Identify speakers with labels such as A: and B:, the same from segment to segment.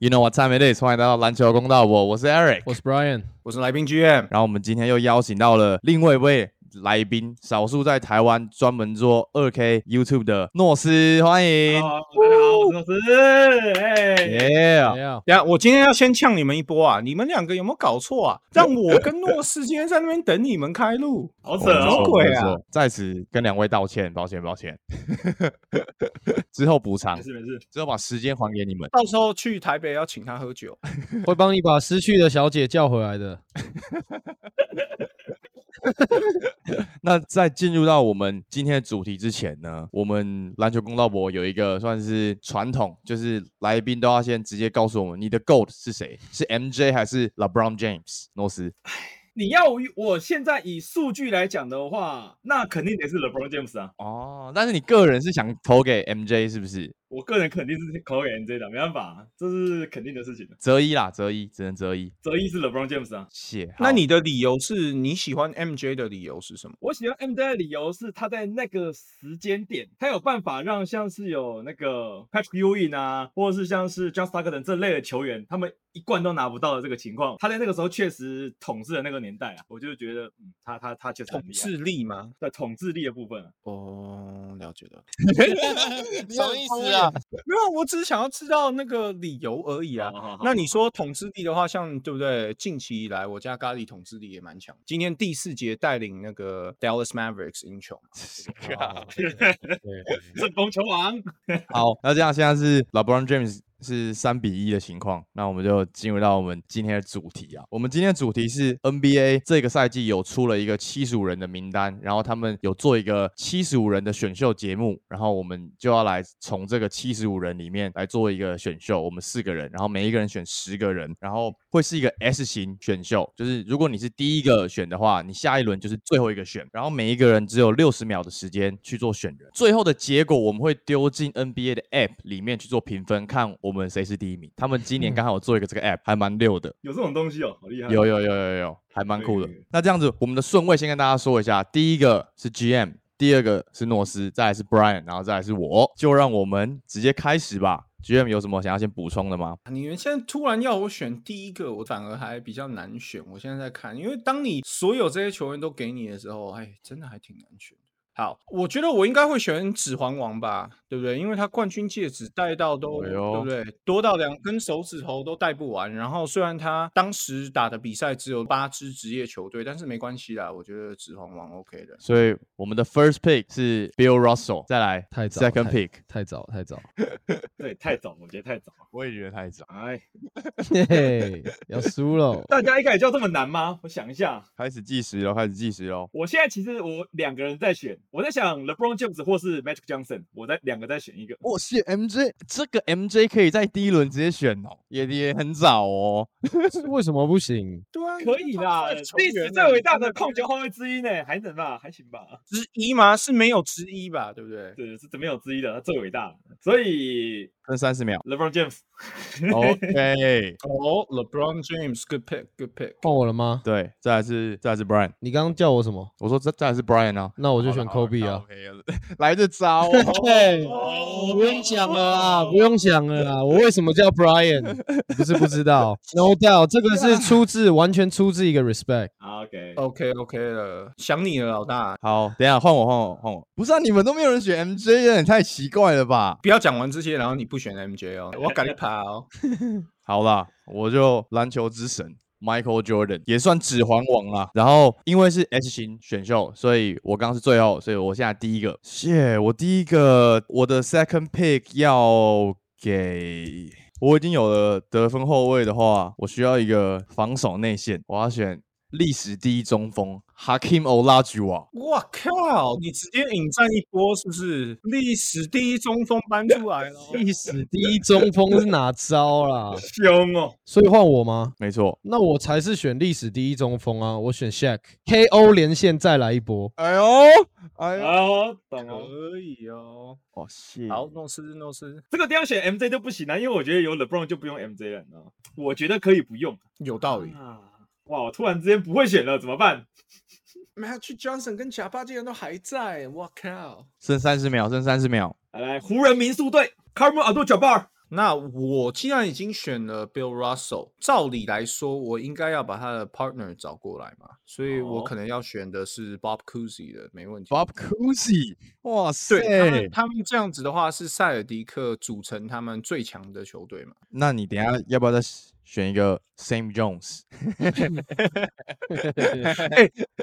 A: You know what time it is？欢迎来到篮球公道，我我是 Eric。
B: 我是 Brian，
C: 我是来宾
D: 哦
C: GM，
A: 然后我们今天又邀请到了另外一位来宾，少数在台湾专门做二 K YouTube 的诺斯，欢迎。
D: 哦，大家好，我是老师。哎，
B: 怎
A: Yeah，
B: 样？
C: 等一下我今天要先呛你们一波啊！你们两个有没有搞错 啊？让我跟诺斯今天在那边等你们开路，
D: 好扯
C: 什么
D: 哦！
C: 鬼啊？
A: 在此跟两位道歉，抱歉，抱歉。 之后补偿
D: 没，事没事，
A: 之后把时间还给你们。
C: 到时候去台北要请他喝酒，
B: 会帮你把失去的小姐叫回来的。
A: 那在进入到我们今天的主题之前呢，我们篮球公道博有一个算是传统，就是来宾都要先直接告诉我们你的 GOAT 是谁，是 MJ 还是 LeBron James？诺斯，
D: 你要我我现在以数据来讲的话，那肯定得是 LeBron James 啊。
A: 哦，但是你个人是想投给 MJ 是不是？
D: 我个人肯定是投给 NJ 的，没办法，这是肯定的事情。
A: 择一啦，择一，只能择一。
D: 择一是 LeBron James 啊。
A: 谢，
C: 那
A: 好
C: 你的理由是你喜欢 MJ 的理由是什么？
D: 我喜欢 MJ 的理由是他在那个时间点，他有办法让像是有那个 Patrick Ewing 啊，或者是像是 John Stockton 这类的球员，他们一贯都拿不到的这个情况，他在那个时候确实统治了那个年代啊，我就觉得，嗯，他他他确实很
C: 统
D: 厉害。
C: 治力吗？
D: 的统治力的部分啊。
C: 哦，了解了。
B: 什么意思啊？
C: 没有，我只是想要知道那个理由而已啊。
D: 好哦好好
C: 那你说统治力的话，像对不对？近期以来，我家咖喱统治力也蛮强。今天第四节带领那个 Dallas Mavericks 赢球嘛，
B: 哇对，
D: 顺风球王，
A: 好，那这样现在是 LeBron James 是三比一的情况，那我们就进入到我们今天的主题啊。我们今天的主题是 NBA 这个赛季有出了一个七十五人的名单，然后他们有做一个七十五人的选秀节目，然后我们就要来从这个七十五人里面来做一个选秀，我们四个人，然后每一个人选十个人，然后会是一个 S 型选秀，就是如果你是第一个选的话，你下一轮就是最后一个选，然后每一个人只有六十秒的时间去做选人，最后的结果我们会丢进 NBA 的 App 里面去做评分，看我们谁是第一名。他们
D: 嗯
A: 今年刚好有做一个这个 App，还蛮溜的。
D: 有这种东西哦，好厉害！
A: 有有有有有，还蛮酷的
D: 对。
A: 那这样子，我们的顺位先跟大家说一下，第一个是 GM，第二个是诺斯，再来是 Brian，然后再来是我，就让我们直接开始吧。GM 有什么想要先补充的吗？
C: 啊你们现在突然要我选第一个，我反而还比较难选。我现在在看，因为当你所有这些球员都给你的时候，哎，真的还挺难选的。好，我觉得我应该会选指环王吧，对不对？因为他冠军戒指戴到都，
A: 哎
C: 对
A: 呦
D: 哦
C: 不对？多到两根手指头都戴不完。然后虽然他当时打的比赛只有八支职业球队，但是没关系啦，我觉得指环王 OK 的。
A: 所以我们的 first pick 是 Bill Russell，再来
B: 太早
A: second
B: 太
A: pick，
B: 太早太早，
D: 对，太早，我觉得太早。
A: 我也觉得太早，
D: 哎，
B: 嘿嘿，要输了。
D: 大家一开始就这么难吗？我想一下，
A: 开始计时喽，开始计时喽。
D: 我现在其实我两个人在选，我在想 LeBron James 或是 Magic Johnson，我在两个再选一个。
A: 我是 MJ，这个 MJ 可以在第一轮直接选哦，也也很早哦。
B: 为什么不行？
C: 对啊，
D: 可以啦，历史最伟大的控球后卫之一呢，还能吧，还行吧，
C: 之一吗？是没有之一吧，对不对？
D: 对，是没有之一的，他最伟大的。所以
A: 剩三十 秒
D: LeBron James，
A: ，OK，
C: 哦、l e b r o n James，good pick，good pick。
B: 换我了吗？
A: 对，再来是再来是 Brian，
B: 你刚刚叫我什么？
A: 我说再再来是 Brian 啊，
B: 那我就
A: 好
B: 选
A: 了好了
B: Kobe
A: 靠
B: 啊。
A: 北了来得早哦。
B: 对
D: 哦
B: 不用想了啊，不用想了啦。我为什么叫 Brian？不是不知道，No doubt，这个是啊出自完全出自一个 respect。
D: 啊 OK，
A: 哦
C: OK OK 了，呃想你了，老大。
A: 好，等一下换我换我换我，不是啊，你们都没有人选 MJ，有点太奇怪了吧？
C: 不要讲完这些，然后你不选 MJ 哦，我赶紧爬哦。
A: 好啦，我就篮球之神 Michael Jordan 也算指环王啦。然后因为是 S 型选秀，所以我刚刚是最后，所以我现在第一个。谢，我第一个我的 second pick 要给。我已经有了得分后卫的话，我需要一个防守内线，我要选历史第一中锋 Hakim Olajuwon。
C: 哇靠！你直接引战一波是不是？历史第一中锋搬出来了哦。
B: 历史第一中锋是哪招啦？
D: 凶哦，
B: 所以换我吗？
A: 没错，
B: 那我才是选历史第一中锋啊！我选 Shaq KO 连线再来一波。
A: 哎呦，哎呦，
D: 哦，懂哦。
C: 可以哦，
A: 哦，谢
C: 好，诺斯诺斯
D: 这个地方选 MJ 就不行了、啊因为我觉得有 LeBron 就不用 MJ 了，你知道吗？我觉得可以不用
C: 有道理。
D: 啊！哇，我突然之间不会选了，怎么办？
C: Magic Johnson 跟贾巴竟然都还在，我靠！
A: 剩三十秒，剩三十秒。
D: 来来，湖人民宿队 c a r m e l Abdul Jabbar，
C: 那我既然已经选了 Bill Russell，照理来说，我应该要把他的 partner 找过来嘛，所以我
D: 哦
C: 可能要选的是 Bob Cousy 的，没问题。
A: Bob Cousy，哇塞！
C: 对他们，他们这样子的话，是塞尔迪克组成他们最强的球队嘛？
A: 那你等一下要不要再选一个 Sam Jones？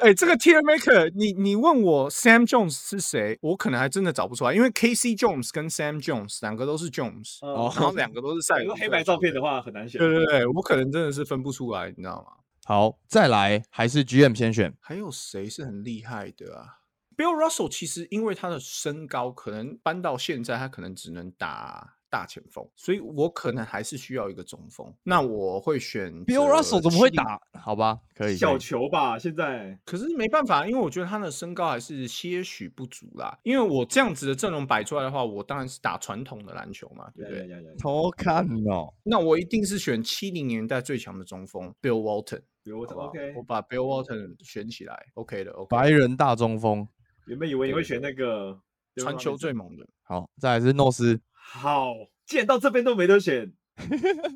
C: 哎、这个 Tier Maker，你你问我 Sam Jones 是谁，我可能还真的找不出来，因为 KC Jones 跟 Sam Jones 两个都是 Jones，、
A: 哦
D: 哦，
C: 然后两个都是塞尔迪
D: 有
C: 克
D: 黑白
C: 的
D: 照
C: 球
D: 片
C: 队
D: 的。话很难选。
C: 对对对，我可能真的是分不出来，你知道吗？
A: 好，再来还是 GM 先选。
C: 还有谁是很厉害的啊？Bill Russell 其实因为他的身高，可能搬到现在他可能只能打大前锋，所以我可能还是需要一个中锋。那我会选
A: Bill
C: 择
A: Russell 怎么会
C: 七
A: 打？好吧，可以。可
D: 小
A: 以
D: 球吧，现在
C: 可是没办法，因为我觉得他的身高还是些许不足啦。因为我这样子的阵容摆出来的话，我当然是打传统的篮球嘛，对不
D: 呀呀
C: 对？
D: 呀呀，
A: 偷看哦，
C: 那我一定是选七零年代最强的中锋 Bill Walton，
D: 比如我
C: 好不好
D: OK，
C: 我把 Bill Walton 选起来，OK 的，OK
A: 白人大中锋。
D: 原本以为你
C: 对
D: 会选那个
C: 传球最猛的。
A: 好，再来是诺斯，
D: 好，既然到这边都没 得选，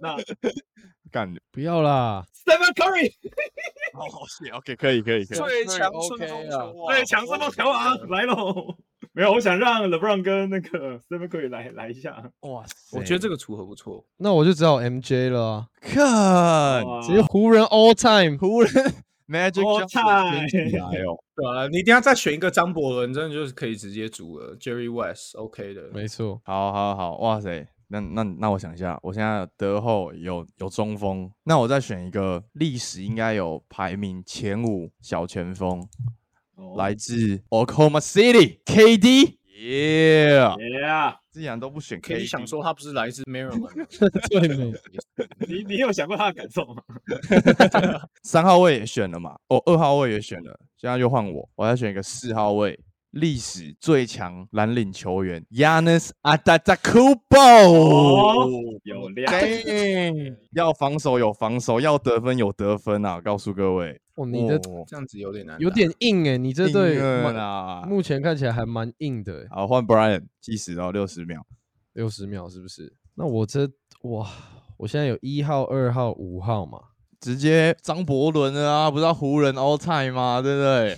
D: 那
A: 干的。
B: 不要啦，
D: Stephen Curry
A: 好好写，OK，可哦以，可以，可以。
C: 最
B: 对
C: 强
B: ，OK
C: 顺风
B: 啊
C: 球王
D: 对哎强势风球啊来喽！没有，我想让 LeBron 跟那个 Stephen Curry 来来一下。
A: 哇塞
C: 我觉得这个组合不错。
B: 那我就只好 MJ 了啊，
A: 看
D: 哇
B: 直接湖人 all time。
A: 哦湖人 Magic
D: All
A: Johnson
D: time
A: 起来哦，
C: 对啊，你等一下再选一个张伯伦，真的就是可以直接组了。Jerry West，OK、的。
B: 没错，
A: 好好好，哇塞。那那那我想一下，我现在德后有有中锋，那我再选一个历史应该有排名前五小前锋，
D: 哦
A: 来自 Oklahoma City KD。Yeah，
D: ，Yeah，
A: 既然都不选
C: 可以
A: KD，
C: 想说他不是来自 Maryland，
B: 最美。
D: 你你有想过他的感受吗？
A: 三号位也选了嘛，哦，二号位也选了，现在就换我，我要选一个四号位，历史最强蓝领球员 Yanis
C: 哦
A: Adetokounmpo。
D: 有 量，
A: 对，要防守有防守，要得分有得分啊！告诉各位，
B: 哦，你的
A: 哦
C: 这样子有点难打。啊
B: 有点硬哎，你这
A: 硬
B: 对
A: 了
B: 蛮
A: 啦。
B: 目前看起来还蛮硬的欸，
A: 好，换 Brian 计时到六十秒。
B: 六十秒是不是？那我这哇，我现在有一号、二号、五号嘛，
A: 直接张伯伦了啊，不是要湖人 all time 吗？对不对？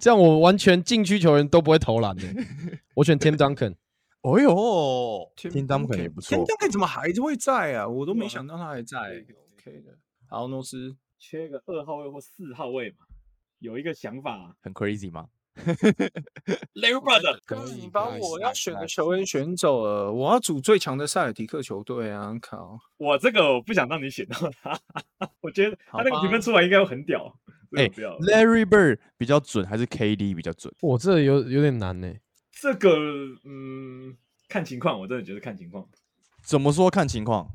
B: 这样我完全禁区球员都不会投篮的。欸我选 Tim Duncan，
A: 哦呦
C: Tim
A: ，Tim Duncan 也不错
C: Tim。Duncan 怎么还会在啊？我都没想
D: 哇
C: 到他还在欸。OK 的。好，诺斯，
D: 缺个二号位或四号位嘛。有一个想法啊
A: 很 crazy 吗？
D: ，Larry Brother，
C: 可
B: 以
C: 你把
B: 可以
C: 我
B: 可
C: 要
B: 以
C: 选
B: 可
C: 的
B: 以
C: 球员选走了，我要组最强的塞尔提克球队啊！靠，
D: 我这个我不想让你选到他，我觉得他那个
C: 好
D: 评
C: 吧
D: 分出来应该会很屌。所
A: 哎
D: 以我不要了
A: Larry Bird 比较准还是 KD 比较准？
B: 我这有有点难欸呢。
D: 这个嗯，看情况，我真的觉得看情况。
A: 怎么说看情况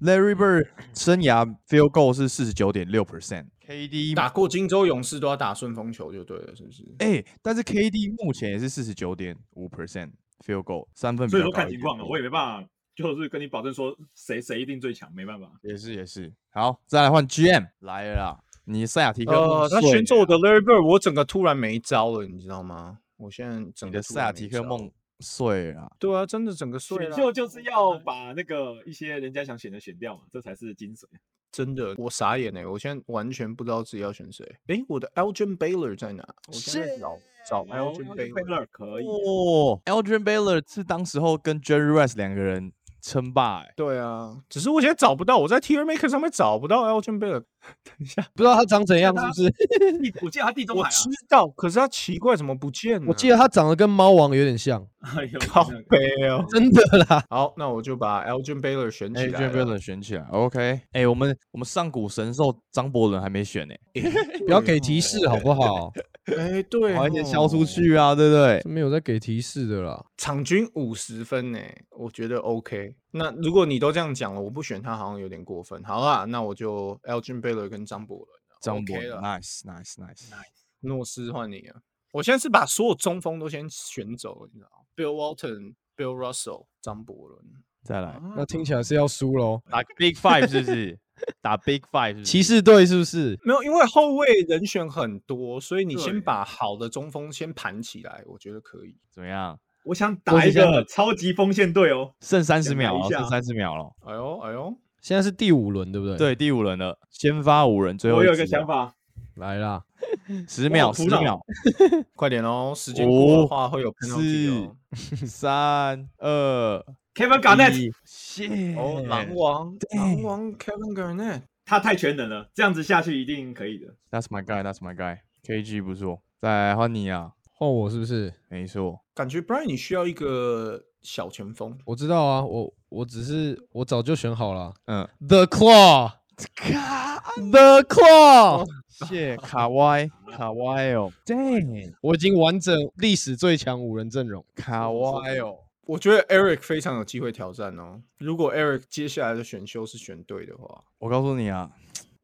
A: ？Larry Bird 生涯 field goal 是四十九点六 percent，KD
C: 打过金州勇士都要打顺风球就对了，是不是？
A: 哎、但是 KD 目前也是四十九点五 percent field goal 三分比
D: 所
A: 较高
D: 以
A: 一
D: 说
A: 点，嗯
D: 看情况嘛，我也没办法，就是跟你保证说谁谁一定最强，没办法。
A: 也是也是。好，再来换 GM 来了啦，你塞亚提克 梦
C: 呃，
A: 碎
C: 他
A: 了
C: 选走
A: 啦
C: 我的 Larry Bird，我整个突然没招了，你知道吗？我现在整
A: 你
C: 个
A: 的
C: 突
A: 塞
C: 然
A: 亚
C: 没
A: 提克
C: 招，
A: 梦碎了啦。
C: 对啊，真的整个碎
D: 选
C: 了，
D: 秀就是要把那个一些人家想选的选掉嘛，这才是精髓。
C: 真的，我傻眼哎、我现在完全不知道自己要选谁。诶，我的 Elgin Baylor 在哪？我现在在找找 Elgin Baylor。
D: Baylor 哦可以，
A: 哦 e l g i n Baylor 是当时候跟 Jerry West 两个人称霸、欸，
C: 对啊，只是我现在找不到，我在 Tier Maker 上面找不到 Elgin Baylor。等一下，
B: 不知道他长怎样，是不是？
D: 地我记得他地中
C: 我
D: 海
C: 知道，可是他奇怪怎么不见了？
B: 我记得他长得跟猫王有点像，
D: 啊， 哎呦
C: 靠
D: 我想
C: 背哦。
B: 真的啦。
C: 好，那我就把 Elgin Baylor 选起
A: a
C: 来
A: j b
C: 了。
A: Baylor 选起来，OK。哎、我们我们上古神兽张伯伦还没选呢、
B: 不要给提示好不好？
C: 哎，对哦，
A: 完全消出去啊，对不对？
B: 这没有在给提示的啦。
C: 场均五十分呢、我觉得 OK。那如果你都这样讲了，我不选他好像有点过分。好啦，那我就 Elgin Baylor 跟张伯伦了
A: 张
C: OK
A: 伯伦啊
C: 了
A: ，nice，nice，nice。
C: 诺斯换你了。我现在是把所有中锋都先选走了，你知道吗？Bill Walton、Bill Russell、张伯伦。
A: 再
C: 哦
A: 来
B: 那
D: 啊
B: 听起来是要输喽。
A: 打 Big Five 是不是？打 Big Five 是不是
B: 骑士队是不是？
C: 没有，因为后卫人选很多，所以你
D: 对
C: 先把好的中锋先盘起来，我觉得可以。
A: 怎么样？
D: 我想
B: 我
D: 打
B: 只
D: 一
B: 想
D: 个超级锋线队哦。
A: 剩三十秒
D: 来
A: 了，
D: 一下
A: 剩三十秒了。
C: 哎呦哎呦，
B: 现在是第五轮，对不对？，
A: 对，第五轮了，先发五人，最后
D: 我有
A: 一啊
D: 一个
A: 只了
D: 想，法，
B: 来啦，
A: 十秒，
D: 我
A: 十
D: 苦恼
A: 秒，
C: 快点哦！时间过
A: 五
C: 的话会有 penalty 哦。
A: 三 二
D: Kevin Garnett，
A: 一，谢
C: 哦，狼王，狼王 Kevin Garnett，
D: 他太全能了，这样子下去一定可以的。
A: That's my guy, that's my guy. KG 不错，再来换你啊，
B: 换我是不是？
A: 没错，
C: 感觉 Brian 你需要一个小前锋。
B: 我知道啊，我我只是我早就选好了
A: 嗯，
B: ，The Claw，The
A: 卡
B: Claw，
A: 谢卡歪卡歪哦，Damn
B: 我已经完整历史最强五人阵容。
A: 卡歪哦，
C: 我觉得 Eric 非常有机会挑战哦。如果 Eric 接下来的选秀是选对的话，
A: 我告诉你啊，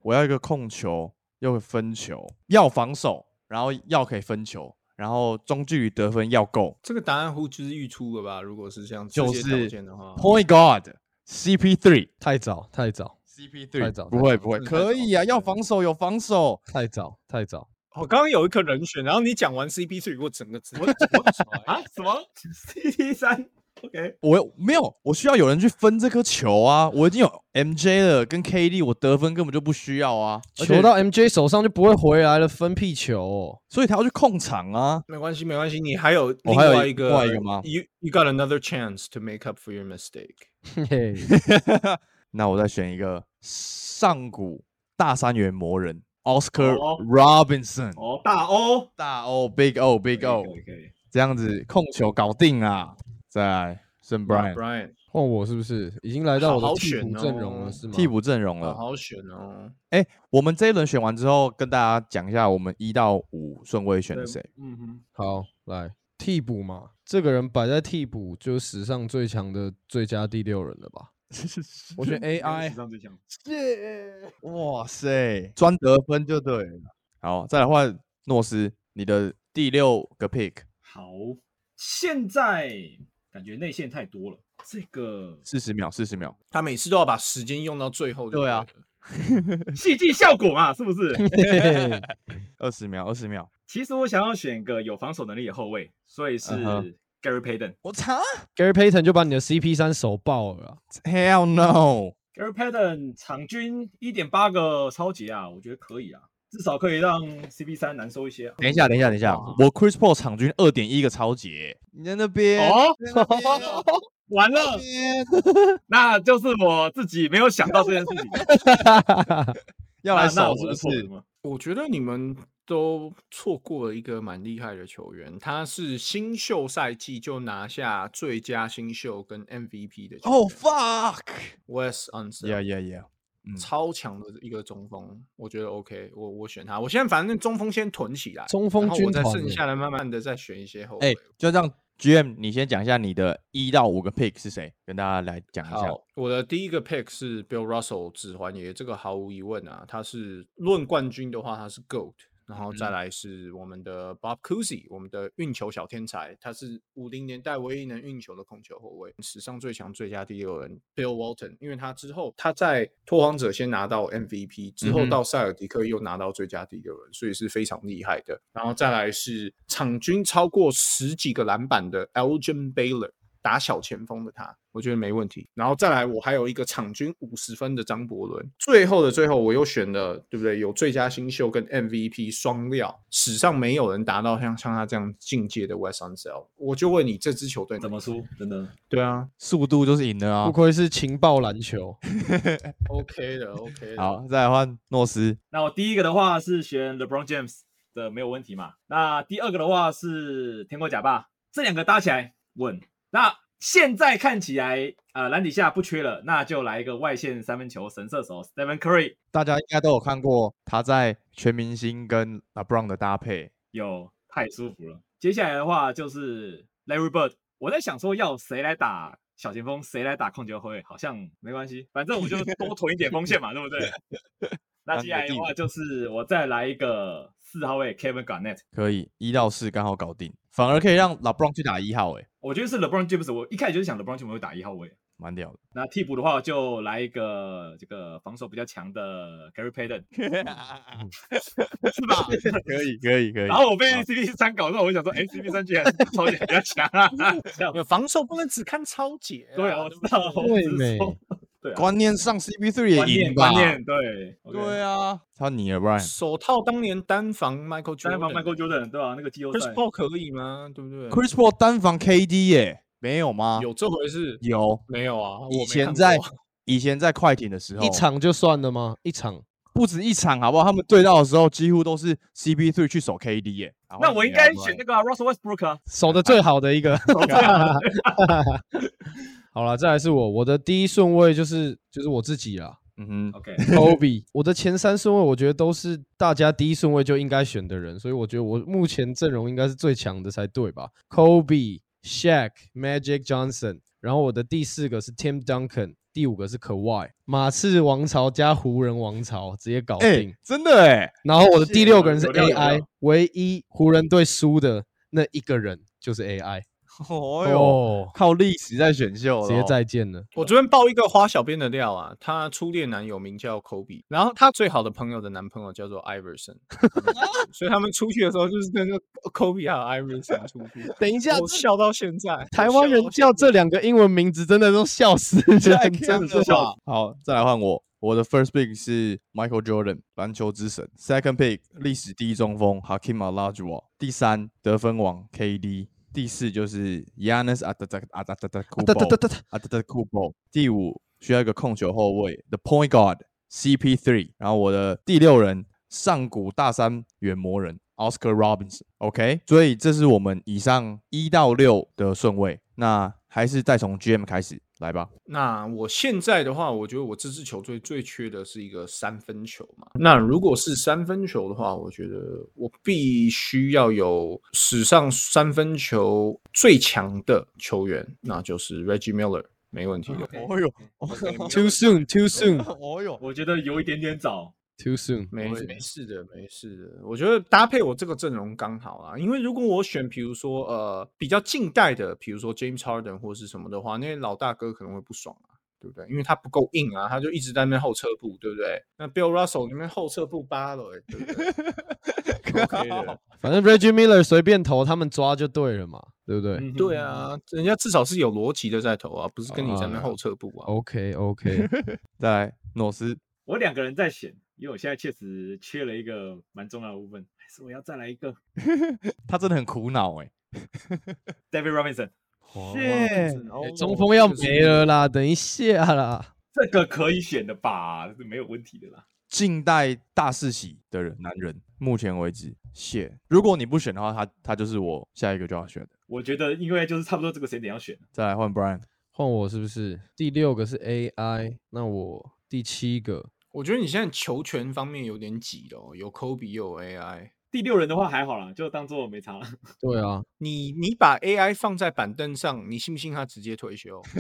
A: 我要一个控球，又会分球，要防守，然后要可以分球，然后中距离得分要够
C: 这个答案呼之欲出了吧？如果是这样，
A: 就
C: 这些条
A: 是
C: 件的话，
A: ，Point Guard CP three。
B: 太早，太早，
A: CP
B: 太
A: three
B: 早
A: 不
B: 太
A: 会
B: 早
A: 不会，
C: 真的太
A: 可
C: 早
A: 以啊，
C: 了
A: 要
C: 真的
A: 防守有防守，
B: 太早，太早。
C: 我刚刚有一个人选，然后你讲完 CP 3我整个直接
D: 啊？什么 CT 三？OK，
A: 我没有，我需要有人去分这颗球啊！我已经有 MJ 了，跟 KD，我得分根本就不需要啊。而
B: 球
A: 且，
B: 到 MJ 手上就不会回来了，分屁球、哦。
A: 所以他要去控场啊。
C: 没关系，没关系，你还有
A: 我
C: 另
A: 还有
C: 外
A: 一
C: 一个
A: 另外一个吗
C: ？You you got another chance to make up for your mistake。
B: 嘿，
A: 那我再选一个上古大三元魔人 Oscar
D: 哦
A: Robinson，、
D: 哦，大 O，
A: 大 O Big O Big O，
D: 可以可以。
A: 这样子控球搞定啊！再来，圣 Brian
C: Brian，
B: 换我是不是？已经来到我
C: 好
B: 的
C: 好
B: 替补
C: 选
B: 阵容了，
C: 哦
B: 是吗？
A: 替补阵容了。
C: 好好选哦。
A: 我们这一轮选完之后，跟大家讲一下我们一到五顺位选
D: 对
A: 谁。
D: 嗯哼，
B: 好，来替补嘛，这个人摆在替补就是史上最强的最佳第六人了吧？我 选
D: AI
B: AI
D: 史。上最强。
A: 哇塞，专得分就对了。好，再来换诺斯，你的第六个 pick
D: 好，现在感觉内线太多了，这 个
A: 四十秒，四十秒。
C: 他每次都要把时间用到最后就
A: 对
C: 对
A: 啊
C: 了，
D: 戏剧效果嘛，是 不是？
B: 嘿嘿嘿
A: 二十秒，二十秒。
D: 其实我想要选个有防守能力的后卫，所以是
A: 嗯哼
D: Gary Payton。
A: 我操
B: Gary Payton 就把你的 CP 三手爆了啊。
A: ！Hell no！
D: Gary Payton 场均一点八个超级啊，我觉得可以啊，至少可以让 CP 三难受一些啊。
A: 等一下，等一下，等一下，
D: 哇
A: 我 Chris Paul 场均二点一个超节，你在那边。
D: 哦，
A: 你在那边
D: 完了，那就是我自己没有想到这件事情。啊
A: 要来
D: 那那
A: 守
D: 我
A: 是
D: 的
A: 不
D: 错
A: 是
D: 了？吗？
C: 我觉得你们都错过了一个蛮厉害的球员，他是新秀赛季就拿下最佳新秀跟 MVP 的球员
A: 哦、fuck！
C: Wes u n s e
A: Yeah yeah yeah！嗯
C: 超强的一个中锋，我觉得 OK，我我选他。我现在反正中锋先囤起来，
B: 中锋
C: 然后
B: 军
C: 我再
B: 团
C: 剩
B: 欸
C: 下的慢慢的再选一些后
A: 哎、
C: 卫。
A: 就这样。GM，你先讲一下你的一到五个 pick 是谁，跟大家来讲一下。
C: 好，我的第一个 pick 是 Bill Russell 指环爷，这个毫无疑问啊，他是论冠军的话，他是 GOAT。然后
A: 嗯
C: 再来是我们的 Bob Cousy，我们的运球小天才，他是五零年代唯一能运球的控球后卫，史上最强最佳第六人 Bill Walton，因为他之后他在拓荒者先拿到 MVP，之
A: 嗯
C: 后
A: 哼
C: 到塞尔迪克又拿到最佳第六人，所以是非常厉害的。然后再来是场均超过十几个篮板的 Elgin Baylor，打小前锋的他，我觉得没问题。然后再来，我还有一个场均五十分的张伯伦。最后的最后，我又选了，对不对？有最佳新秀跟 MVP 双料，史上没有人达到像像他这样境界的 West u n s e l 我就问你，这支球队
D: 怎么？输？真的，
C: 对啊
A: 速度就是赢了啊
B: 不！愧是情报篮球，
C: ，OK 的，OK 的。
A: 好，再来换诺斯。
D: 那我第一个的话是选 LeBron James 的，没有问题嘛。那第二个的话是天狗假霸，这两个搭起来稳。那现在看起来，呃，篮底下不缺了，那就来一个外线三分球神射手 Stephen Curry。
A: 大家应该都有看过他在全明星跟 LeBron 的搭配，
D: 有太舒服了。接下来的话就是 Larry Bird，我在想说要谁来打小前锋，谁来打控球后卫，好像没关系，反正我就多囤一点锋线嘛，对不对？那
A: 当
D: 接
A: 你的
D: 下来的
A: 替
D: 话就是我再来一个四号位 Kevin Garnett，
A: 可以一到四刚好搞定，反而可以让 LeBron 去打一号、欸。
D: 我觉得是 LeBron James，我一开始就是想 LeBron James 会打一号位，
A: 蛮屌的。
D: 那替补的话就来一个这个防守比较强的 Gary Payton，是吧？
A: 可以，可以，可以
D: 然。后我被 CP 三搞到，我想说，哎，CP 三居然超级比较强啊！这样
C: 有防守不能只看超解啊，
D: 对啊，我知道，
C: 不
D: 我
C: 对
B: 对
D: 只是
B: 美
D: 说对啊，
A: 观念上 CP3 也
D: 观
A: 赢
D: 念
A: 吧
D: 观？念对，OK
A: 对啊，他你了 Brian。
C: 手套当年单防 Michael Jordan，
D: 单防 Michael Jordan 对吧、那个季后
C: Chris
D: 赛
C: Paul 可以吗？对不对
A: Chris Paul 单防 KD 耶，没有吗？
C: 有这回事？
A: 有，
C: 没有啊？我
A: 以
C: 没
A: 前
C: 看
A: 在
C: 过
A: 以前在快艇的时候，
B: 一场就算了吗？一场
A: 不止一场，好不好？他们对到的时候，几乎都是 CP3 去守 KD 耶。然后
D: 那
A: 你
D: 我应
A: 了
D: 该
A: Brian
D: 选那个、啊、Russell Westbrook 啊，
B: 守的
C: 哎
B: 最好的一个。 好了，再来是我，我的第一顺位就是就是我自己啦。
A: 嗯哼，
D: OK，
B: Kobe，我的前三顺位我觉得都是大家第一顺位就应该选的人，所以我觉得我目前阵容应该是最强的才对吧？Kobe、Shaq、Magic Johnson，然后我的第四个是 Tim Duncan，第五个是 Kawhi，马刺王朝加湖人王朝直接搞定。
A: 哎，真的哎，
B: 然后我的第
D: 是
B: 六个人是
D: 有料有
B: AI，
D: 料
B: 唯一湖人队输的那一个人就是 AI。
A: 哦哟，
B: 哦，
A: 靠历史在选秀了哦，
B: 直接再见了。
C: 我这边爆一个花小编的料啊，她初恋男友名叫 Kobe，然后她最好的朋友的男朋友叫做 Iverson，所以
B: 啊
C: 他们出去的时候就是跟着 Kobe 还有 Iverson 出去，
B: 等一下，
C: 我
B: 这
C: 笑到现在。
B: 台湾人叫这两个英文名字真的都笑死
A: 太
B: 人，
A: 强
B: 真的
A: 了
B: 是
A: 吧！好，再来换我。我的 first pick 是 Michael Jordan，篮球之神；second pick 历史第一中锋 Hakim Olajuwon；第三得分王 KD；第四就是 Yanis Antetokounmpo。
B: 哒哒哒哒哒，
A: 啊，对对，库珀。第五需要一个控球后卫，The Point Guard CP3。然后我的第六人上古大三远魔人 Oscar Robinson。OK，所以这是我们以上一到六的顺位。那还是再从 GM 开始来吧。
C: 那我现在的话，我觉得我这支球队最缺的是一个三分球嘛。那如果是三分球的话，我觉得我必须要有史上三分球最强的球员，那就是 Reggie Miller，没问题的。
A: 哦哟，
B: ，too soon，too soon，too
A: 哦哟，
D: 我觉得有一点点早，
B: soon。
C: 没
A: 我也
C: 没事的，没事的。我觉得搭配我这个阵容刚好啊，因为如果我选，比如说呃比较近代的，比如说 James Harden 或是什么的话，那些老大哥可能会不爽啊，对不对？因为他不够硬啊，他就一直在那边后撤步，对不对？那 Bill Russell 那边后撤步八了、欸，对不对？OK 的，
B: 反正 Reggie Miller 随便投，他们抓就对了嘛，对不对
D: 嗯哼
C: 对，啊，人家至少是有逻辑的在投啊，不是跟你在那边
B: 啊
C: 后撤步啊。
B: ？OK OK，
A: 再来诺斯。
D: 我两个人在选，因为我现在确实缺了一个蛮重要的部分，还是我要再来一个
A: 他真的很苦恼哎、
D: David Robinson，
B: 啊
A: 欸，
B: 中锋要没
C: 了。
B: 了啦，等一下啦。
D: 这个可以选的吧，这没有问题的啦。
A: 近代大世袭的人，男人，目前为止，谢。如果你不选的话，他他就是我下一个就要选的。
D: 我觉得因为就是差不多这个时间点要选，
A: 再来换 Brian，
B: 换我是不是？第六个是 AI，那我第七个
C: 我觉得你现在球权方面有点挤了、哦，有 Kobe 又有 AI。
D: 第六人的话还好啦，就当做没差了。
B: 对啊，
C: 你你把 AI 放在板凳上，你信不信他直接退休？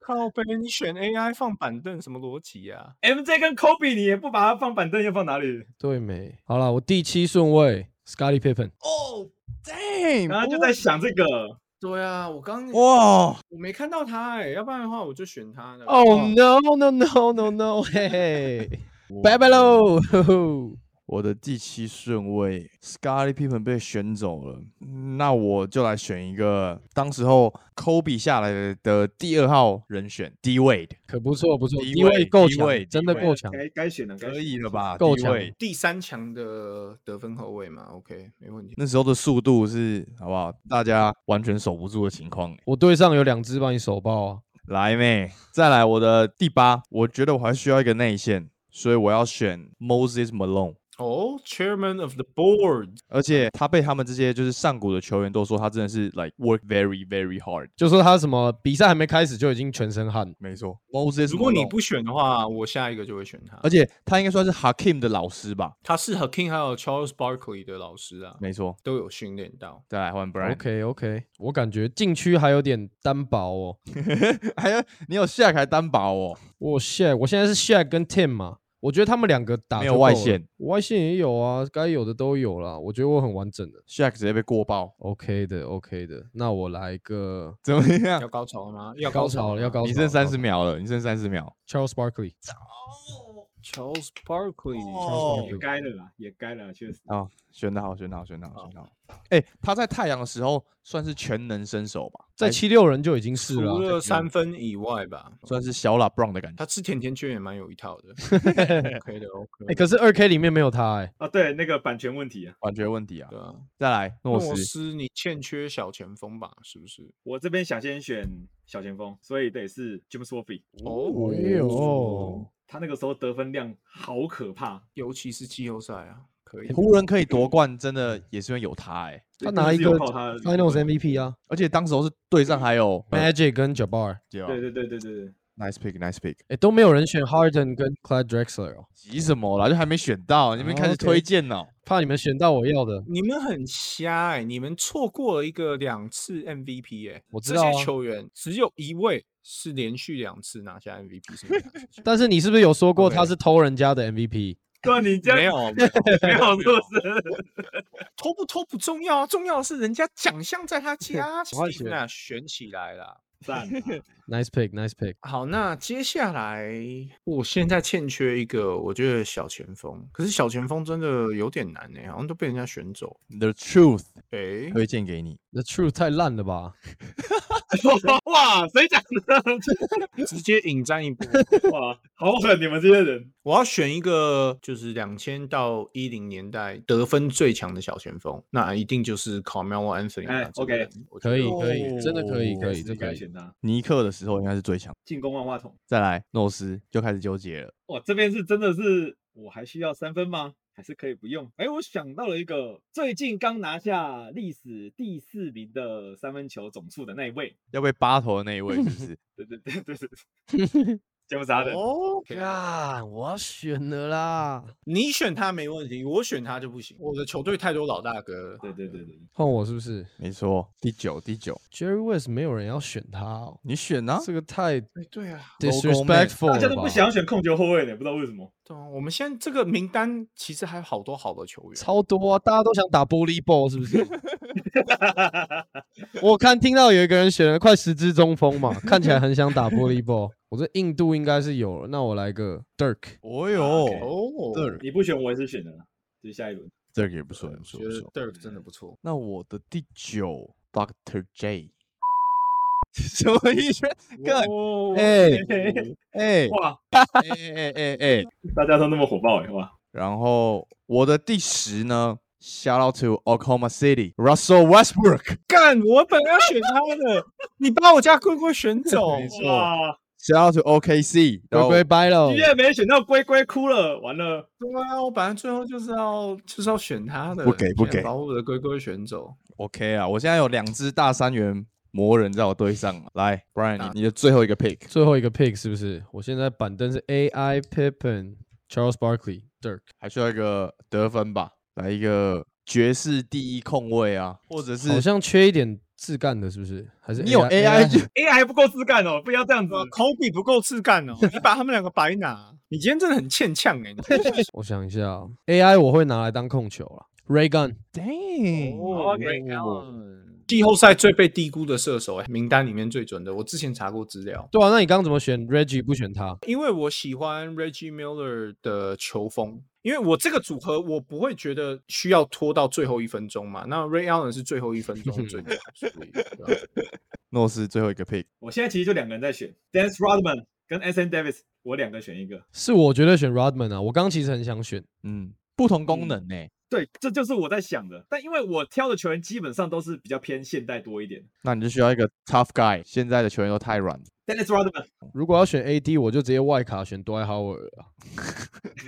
C: 靠背，你选 AI 放板凳什么逻辑啊呀、
D: MJ 跟 Kobe 你也不把他放板凳，又放哪里？
B: 对没？好了，我第七顺位 Scotty Pippen，
A: 哦，damn，哦
D: 然后就在想这个，
C: 对啊，我刚我
A: 哇，
C: 没看到他哎、要不然的话我就选他了。
B: Oh no no no no no！嘿嘿，拜拜喽！呵呵
A: 我的第七顺位，Scotty Pippen 被选走了，那我就来选一个当时候 Kobe 下来的的第二号人选 D Wade，
B: 可不错不错，
A: 低
B: 低位
A: 位
B: 够
A: 低
B: 强
A: 位，
B: 真的
A: 低
B: 够强。
D: 该该选的该
A: 可
D: 选
A: 以了？吧？
B: 够
A: D
B: 强
A: Wade
C: 第三强的得分后卫嘛，OK，没问题。
A: 那时候的速度是好不好？大家完全守不住的情况欸、
B: 我队上有两只帮你手爆啊！
A: 来妹，再来我的第八，我觉得我还需要一个内线，所以我要选 Moses Malone。
C: 哦、c h a i r m a n of the Board，
A: 而且他被他们这些就是上古的球员都说他真的是 like work very very hard。
B: 就说他什么比赛还没开始就已经全身汗，
A: 没错，Moses。
C: 如果你不，选的话，我下一个就会选他
A: 而。且他应该算是 Hakim 的老师吧？
C: 他是 Hakim 还有 Charles Barkley 的老师啊，
A: 没错。
C: 都有训练到。
A: 再来换 Brian。
B: OK OK，我感觉禁区还有点单薄哦。
A: 还有你有下凯担保哦。
B: 我 Shaq，我现在是 Shaq 跟 Tim 嘛，我觉得他们两个打
A: 没
B: 就
A: 有外
B: 够了
A: 线，
B: 外线也有啊，该有的都有啦。我觉得我很完整的
A: Shaq 直接被过爆，
B: ，OK 的，OK 的。那我来个
A: 怎么样
C: 要？啊高潮了吗？要
B: 高潮
C: 潮
B: 了要高
A: 你
B: 潮
A: 剩
B: 了
A: 三
B: 高
A: 十秒了，你剩三十秒。
B: Charles Barkley，
C: Charles Barkley，啊
A: 哦
B: 啊
D: 也该了啦，也该了，确实。
A: 啊，选的好，选的好，选的好，选的好。哎、他在太阳的时候算是全能身手吧，
B: 在
A: 还
B: 七六人就已经是
C: 除
B: 了啊。
C: 了三分以外吧，
A: 算是小拉 Brown 的感觉。
C: 他吃甜甜圈也蛮有一 套的。OK 的，OK
B: 哎，
C: 的。
B: 可是二 K 里面没有他哎，
D: 啊，对，那个版权问题啊，
A: 完全问题啊！
C: 对啊，
A: 再来，诺
C: 诺
A: 斯，
C: 斯，你欠缺小前锋吧？是不是？
D: 我这边想先选小前锋，所以得是 James Worthy。
C: 哦
B: 哎呦，
D: 他那个时候得分量好可怕，
C: 尤其是季后赛啊，可以。
A: 湖人可以夺冠，真的也是因为有他哎、
B: 他
D: 真
B: 拿
D: 的
B: 一
D: 是有
B: 个
D: 靠他的
B: Finals MVP 啊
A: 而且当时候是对上还有啊
B: ，Magic 跟 Jabbar，
A: 嗯对
D: 对对对对对 对，
A: ，nice pick，nice pick，
B: 哎都没有人选 Harden 跟 Clyde Drexler 哦，
A: 急什么啦？就还没选到，你们开始
B: OK
A: 推荐哦了。
B: 怕你们选到我要的。
C: 你们很瞎哎、你们错过了一个两次 MVP 哎、
B: 我知
C: 这
B: 道
C: 些
B: 啊
C: 球员只有一位是连续两次拿下 MVP，是没拿下
B: 但是你是不是有说过他
C: OK
B: 是偷人家的 MVP？
D: 对啊你这
C: 没
D: 样
C: 有没有
D: 没有做事，
C: 偷不偷不重要啊，重要的是人家奖项在他家，
B: 赶快
C: Steve
B: 选
C: 那选起来了。
D: 赞啊，
B: Nice pick，Nice pick。
C: 好，那接下来我现在欠缺一个，我觉得小前锋，可是小前锋真的有点难哎、好像都被人家选走。
A: The Truth
C: 哎、
A: 推荐给你，
B: The Truth 太烂了吧？
D: 哇，啊谁讲的？
C: 直接引战一波。
D: 哇，好狠！你们这些人，
C: 我要选一个，就是两千到一零年代得分最强的小前锋，那一定就是 Carmelo Anthony 啦。
D: 哎
C: 这个
D: OK
C: 人我觉
B: 可以，
A: 哦
C: 得
B: 可以，真的可以，可以，
D: 你
B: 这可
D: 敢
B: 以。
D: 选他？
A: 尼克的时候应该是最强。
D: 进攻万花筒，
A: 再来，诺斯就开始纠结了。
D: 哇，这边是真的是，我还需要三分吗？还是可以不用？哎，我想到了一个，最近刚拿下历史第四名的三分球总数的那一位，
A: 要被八头的那一位是不 是？
D: 对对对对对， 詹姆斯哈登，
C: 哦，
B: 啊，我要选了啦！
C: 你选他没问题，我选他就不行。我的球队太多老大哥了。
D: 对对对对，
B: 换我是不是
A: 没错，第九，第九，
B: ？Jerry West 没有人要选他哦，
A: 你选啊？
B: 这个太
C: 哎对啊，
A: Logo Man
B: disrespectful
D: 大家
B: 了
D: 都不
B: 吧？
D: 想要选控球后卫的，不知道为什么。
C: 对啊，我们现在这个名单其实还有好多好的球员。
B: 超多啊！大家都想打玻璃 ball 是不是？ 我看听到有一个人选了快十支中锋嘛，看起来很想打玻璃 ball。我这印度应该是有了，那我来个 Dirk。
A: 哦
D: ，OK
A: 哟，
C: 哦，
A: 这儿
D: 你不选我也是选的啦，就是下一轮。
A: 这个也不错，
C: 对
A: 也不错，
C: 我
A: 不
C: 觉得
A: 错。
C: Dirk 真的不错。
A: 那我的第九，Doctor J，什么意思？ 干
D: 哦
A: 哎
D: 嘿嘿嘿
A: 哎
D: 哇，
A: 哎哎哎哎！
D: 大家都那么火爆哎，哇！
A: 然后我的第十呢，Shout out to Oklahoma City Russell Westbrook。
C: 干，我本来要选他的，你把我家龟龟 选走。
D: 哇，
A: Shout out to OKC，然
B: 龟
A: 后
B: 龟掰了
A: 哦
D: 居，然没选到龟龟哭了，完了，
C: 对啊，我本来最后就是要就是要选他的，
A: 不给不
C: 现在
A: 给
C: 把我的龟龟选走。
A: OK 啊，我现在有两只大三元魔人在我队上啊，来，Brian，你你的最后一个 pick，
B: 最后一个 pick 是不是？我现在板凳是 AI Pippen、Charles Barkley、Dirk。
A: 还需要一个得分吧，来一个爵士第一控卫啊，或者是
B: 好像缺一点自干的，是不是？还是
A: 你有 AI 就
D: AI 还不够自干哦，不要这样子。
C: 科比啊不够自干哦，你把他们两个白拿，你今天真的很欠呛哎、 欸。
B: 我想一下哦，AI 我会拿来当控球了。Ray Gun，
A: Dang，
D: 哦，Ray
C: 季后赛最被低估的射手、欸，名单里面最准的，我之前查过资料，
B: 对啊，那你刚刚怎么选 Reggie 不选他？
C: 因为我喜欢 Reggie Miller 的球风，因为我这个组合我不会觉得需要拖到最后一分钟嘛。那 Ray Allen 是最后一分钟最准，所以对啊
A: 诺斯最后一个 pick，
D: 我现在其实就两个人在选，Dennis Rodman 跟 S. N. Davis，我两个选一个。
B: 是我觉得选 Rodman 啊，我刚刚其实很想选，
A: 嗯，不同功
D: 嗯
A: 能欸呢、
D: 对，这就是我在想的。但因为我挑的球员基本上都是比较偏现代多一点
A: 那你就需要一个 tough guy。现在的球员都太软了，
D: ，Dennis Rodman，
B: 如果要选 AD，我就直接外卡选啊 d w i g h o w a r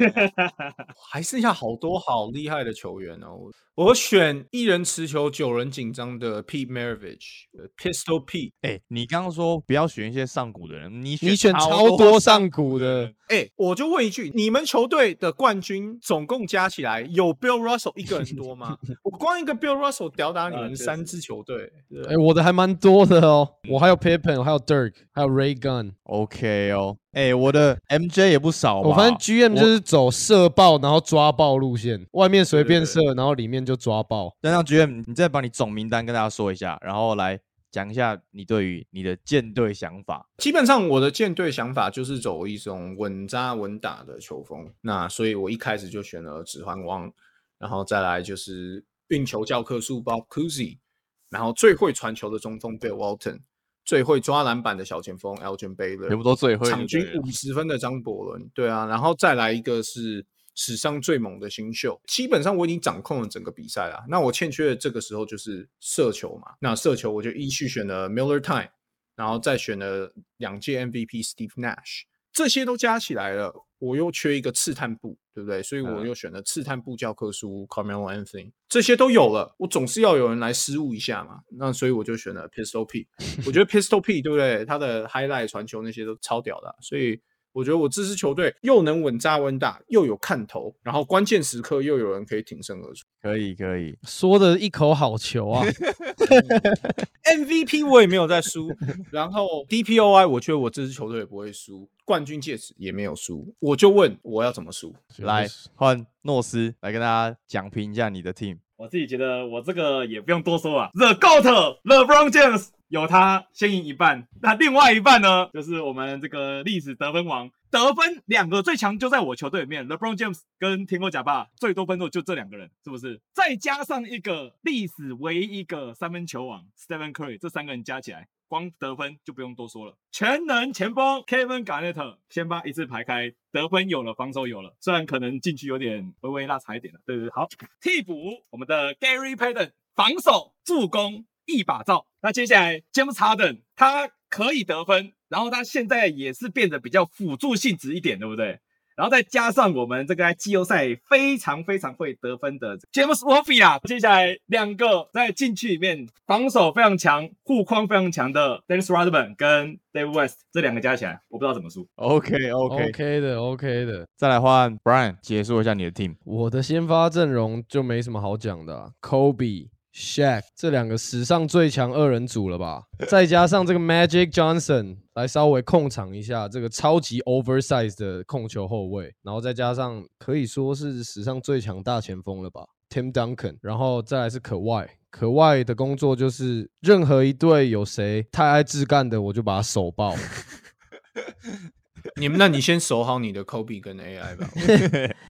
C: 还剩下好多好厉害的球员哦。我我选一人持球九人紧张的 Pete Maravich 呃
A: 欸
C: Pistol Pete。
A: 哎、你刚刚说不要选一些上古的人，你
B: 你选
A: 超
B: 超多上古的，
C: 哎、我就问一句，你们球队的冠军总共加起来有 Bill Russell 一个人多 吗？我光一个 Bill Russell 吊打你
D: 啊
C: 们
D: 确实
C: 三支球队，对
B: 哎、我的还蛮多的哦，我还有 Pippen，我还有 Dirk，还有 Ray Gun。
A: OK 哦，哎、我的 MJ 也不少吧？
B: 我发现 GM 就是走射爆，然后抓爆路线，外面随
D: 对
B: 便
D: 对
B: 射，然后里面就抓爆。
A: 那让 GM 你再把你总名单跟大家说一下，然后来讲一下你对于你的舰队想法。
C: 基本上我的舰队想法就是走一种稳扎稳打的球风，那所以我一开始就选了指环王，然后再来就是运球教科书包 c u z i 然后最会传球的中锋 Bill Walton，最会抓篮板的小前锋 Elgin
A: 全部
C: Baylor，
A: 都最会就
C: 场均
A: 对了
C: 五十分的张伯伦，对啊，然后再来一个是史上最猛的新秀，基本上我已经掌控了整个比赛了。那我欠缺的这个时候就是射球嘛，那射球我就依序选了 Miller Time，然后再选了两届 MVP Steve Nash，这些都加起来了，我又缺一个刺探部，对不对？所以我
A: 嗯
C: 又选了刺探部教科书 Carmelo Anthony，这些都有了，我总是要有人来失误一下嘛。那所以我就选了 Pistol P，我觉得 Pistol P 对不对？他的 highlight 传球那些都超屌的啊、所以我觉得我这支球队又能稳扎稳打，又有看头，然后关键时刻又有人可以挺身而出。
A: 可以可以，
B: 说的一口好球啊！
C: MVP 我也没有在 输，然后 DPOI 我觉得我这支球队也不会输，冠军戒指也没有输，我就问我要怎么输？
A: 来换诺斯来跟大家讲评一下你的 team。
D: 我自己觉得我这个也不用多说了，The GOAT LeBron James 有他先赢一半，那另外一半呢，就是我们这个历史得分王，得分两个最强就在我球队里面，LeBron James 跟天狗贾巴最多分数就这两个人，是不是？再加上一个历史唯一一个三分球王 Stephen Curry，这三个人加起来。光得分就不用多说了，全能前锋 Kevin Garnett 先把一字排开，得分有了，防守有了，虽然可能禁区有点微微拉长一点了，对对对，好，替补我们的 Gary Payton 防守助攻一把罩。那接下来 James Harden 他可以得分，然后他现在也是变得比较辅助性质一点，对不对？然后再加上我们这个在季后赛非常非常会得分的 James w o r f i a 接下来两个在禁区里面防守非常强、护框非常强的 Dennis Rodman 跟 Dave West 这两个加起来，我不知道怎么输。
A: OK OK，,
B: OK 的，OK 的。
A: 哦再来换 Brian 结束一下你的 team。
B: 我的先发阵容就没什么好讲的、啊、，Kobe、Shaq 这两个史上最强二人组了吧？再加上这个 Magic Johnson 来稍微控场一下这个超级 oversize 的控球后卫，然后再加上可以说是史上最强大前锋了吧，Tim Duncan，然后再来是可外。可外的工作就是，任何一队有谁太爱自干的，我就把他手爆。
C: 你们，那你先守好你的 Kobe 跟 AI 吧。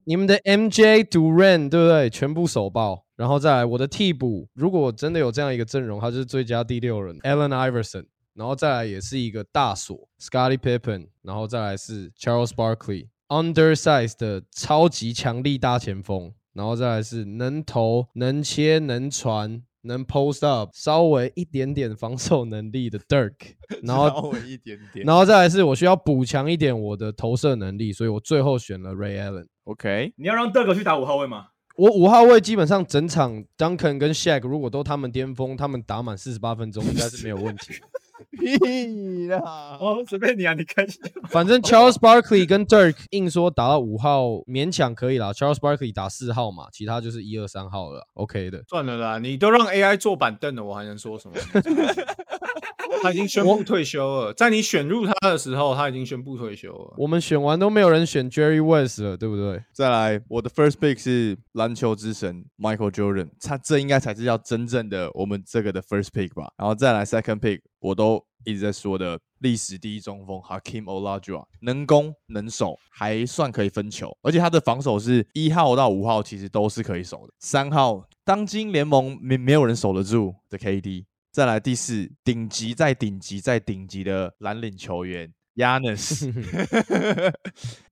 B: 你们的 MJ Duran 对不对？全部手爆，然后再来我的替补，如果真的有这样一个阵容，他就是最佳第六人 Allen Iverson，然后再来也是一个大锁 Scottie Pippen，然后再来是 Charles Barkley，undersize 的超级强力大前锋，然后再来是能投、能切、能传、能 post up，稍微一点点防守能力的 Dirk，然后
A: 稍微一点点。
B: 然后再来是我需要补强一点我的投射能力，所以我最后选了 Ray Allen。
A: OK，
D: 你要让德哥去打五号位吗？
B: 我五号位基本上整场 Duncan 跟 Shaq 如果都他们巅峰，他们打满四十八分钟应该是没有问题。
A: 屁啦！
D: 哦，随便你啊，你开心。
B: 反正 Charles Barkley 跟 Dirk 硬说打到五号勉强可以啦，Charles Barkley 打四号嘛，其他就是一二三号了，OK 的。
C: 算了啦，你都让 AI 坐板凳了，我还能说什么？ 他已经宣布退休了，在你选入他的时候，他已经宣布退休了。
B: 我们选完都没有人选 Jerry West 了，对不对？
A: 再来，我的 first pick 是篮球之神 Michael Jordan，他这应该才是叫真正的我们这个的 first pick 吧。然后再来 second pick，我都一直在说的历史第一中锋 Hakim Olajuwon，能攻能守，还算可以分球，而且他的防守是一号到五号其实都是可以守的。三号当今联盟没没有人守得住的 KD。再来第四，顶级再顶级再顶级的蓝领球员 Yanis。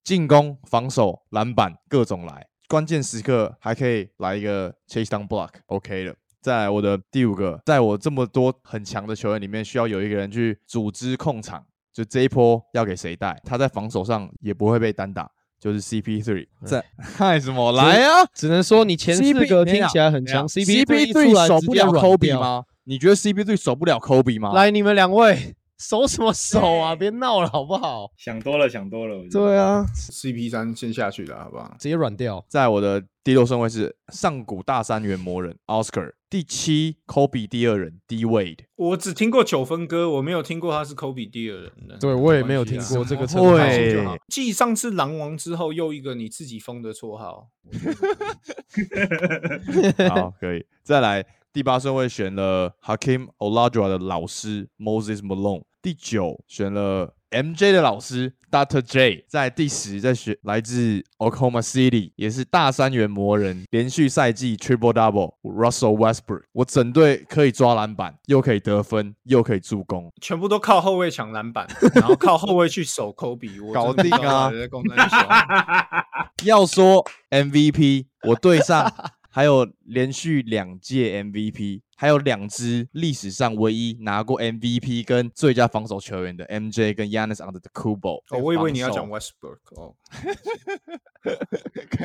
A: 进攻、防守、篮板各种来，关键时刻还可以来一个 chase down block，OK、了。再来我的第五个，在我这么多很强的球员里面，需要有一个人去组织控场，就这一波要给谁带，他在防守上也不会被单打，就是 CP3。在 嗨什么来啊？
B: 只能说你前四
A: CP
B: 个
A: 等一
B: 听
A: 下
B: 起来很
A: 等一下
B: 强，CP 一出来
A: ，CP3 守
B: 直
A: 不
B: 接
A: 了
B: 软
A: Kobe
B: 掉？
A: 吗？你觉得 CP3 守不了 Kobe 吗？
B: 来，你们两位手什么手 啊？别闹了好不好？
D: 想多了，想多了。我觉得
B: 对啊，
C: CP 三先下去的好不好？
B: 直接软掉。
A: 在我的第六顺位是上古大三元魔人 Oscar，第七 Kobe 第二人 D Wade，
C: 我只听过九分哥，我没有听过他是科比第二人的。
B: 对
C: 没
B: 我也
C: 关
B: 没有
C: 系
B: 听
C: 啊
B: 过这个称
A: 么
B: 号
A: 会，
C: 继上次狼王之后，又一个你自己封的绰号。
A: 好，可以。再来第八顺位选了 Hakim Olajuwon 的老师 Moses Malone，第九选了 MJ 的老师 Dr. J，在第十再选来自 Oklahoma City，也是大三元魔人，连续赛季 Triple Double Russell Westbrook，我整队可以抓篮板，又可以得分，又可以助攻，
C: 全部都靠后卫抢篮板， 然后靠后卫去守科比，我
A: 搞
C: 真的不知
A: 定
C: 道
A: 啊
C: 到底在攻三 小
A: 要说 MVP，我对上还有连续两届 MVP，还有两支历史上唯一拿过 MVP 跟最佳防守球员的 MJ 跟 Yanis Antetokounmpo。
C: 哦，我以为你要讲
A: 完，
C: Westbrook 哦。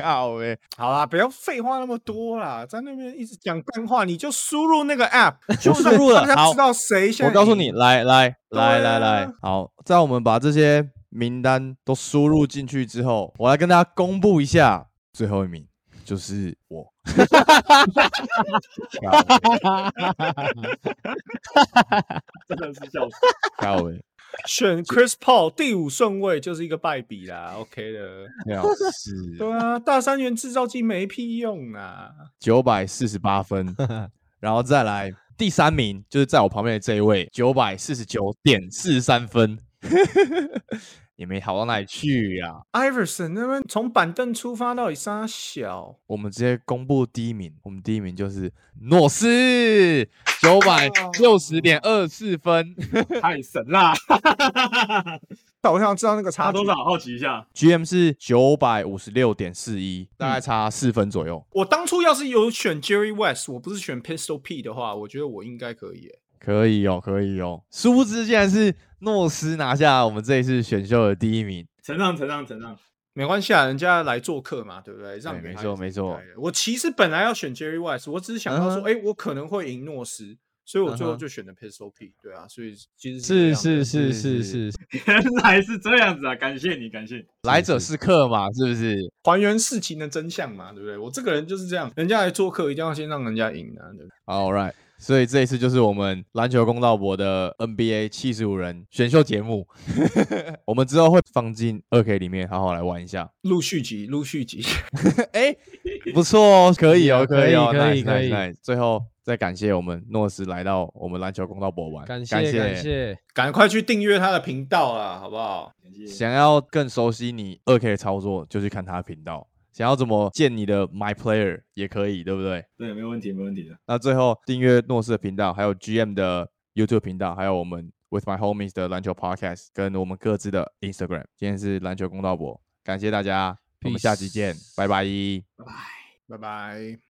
A: 靠呗！
C: 好啦，不要废话那么多
B: 嗯
C: 啦，在那边一直讲干话，你就输入那个 app，就
A: 输
C: 让
A: 入了
C: 大家
A: 好
C: 知道谁现在
A: 我告诉你，
C: 赢
A: 来来来
C: 对
A: 来来
C: 啊，
A: 好，在我们把这些名单都输入进去之后，我来跟大家公布一下最后一名。就是我，
D: 真的是笑死。
A: 靠欸呗，
C: 选 Chris Paul 第五顺位就是一个败笔啦，OK 的。
A: 廖欸是
C: 对啊，大三元制造机没屁用啊。
A: 九百四十八 分，然后再来第三名就是在我旁边的这一位，九百四十九点四三分，也没好到哪里去啊呀、
C: Iverson 那边从板凳出发到底杀小，
A: 我们直接公布第一名，我们第一名就是诺斯，九百六十点二四分。
D: 太神啦！
C: 但我想知道那个
D: 差
C: 差距
D: 多少？。好奇一下。
A: GM 是九百五十六点四一，大概差四分左右，
C: 我当初要是有选 Jerry West，我不是选 Pistol P 的话，我觉得我应该可以耶。
A: 可以哦，可以哦。殊不知竟然是诺斯拿下我们这一次选秀的第一名。
D: 承让，承让，承让。
C: 没关系啊，人家来做客嘛，对不对？让
A: 对
C: 给
A: 哎没
C: 他
A: 错
C: 也是
A: 没
C: 应
A: 错
C: 该的。我其实本来要选 Jerry West，我只是想到说，
A: 嗯哼
C: 哎、我可能会赢诺斯，所以我最
A: 嗯
C: 后
A: 哼
C: 就选了 Pistol P。对啊，所以其实这
B: 是
C: 样的
B: 是
A: 是
B: 是是
A: 是
B: 是，
D: 原来是这样子啊！感谢你，感谢你。
A: 来者是客嘛，是不是？
C: 还原事情的真相嘛，对不对？我这个人就是这样，人家来做客一定要先让人家赢啊，对不对？
A: All right，所以这一次就是我们篮球公道博的 NBA 七十五人选秀节目， 我们之后会放进二 K 里面，好好来玩一下。
C: 陆续集，陆续集。
A: 哎，不错哦，可以哦，
B: 可以啊
A: 哦，
B: 可以
A: nice，
B: 可
A: nice，
B: 以
A: nice 最后再感谢我们诺斯来到我们篮球公道博玩，
B: 感
A: 谢
B: 谢感。谢，
C: 赶快去订阅他的频道啦，好不好？
A: 想要更熟悉你二 K 的操作，就去看他的频道。想要怎么建你的 My Player 也可以，对不对？
D: 对，没有问题，没问题的。
A: 那最后订阅诺斯的频道，还有 GM 的 YouTube 频道，还有我们 With My Homies 的篮球 Podcast，跟我们各自的 Instagram。今天是篮球公道博，感谢大家，我们下期见，拜拜。
C: 拜拜。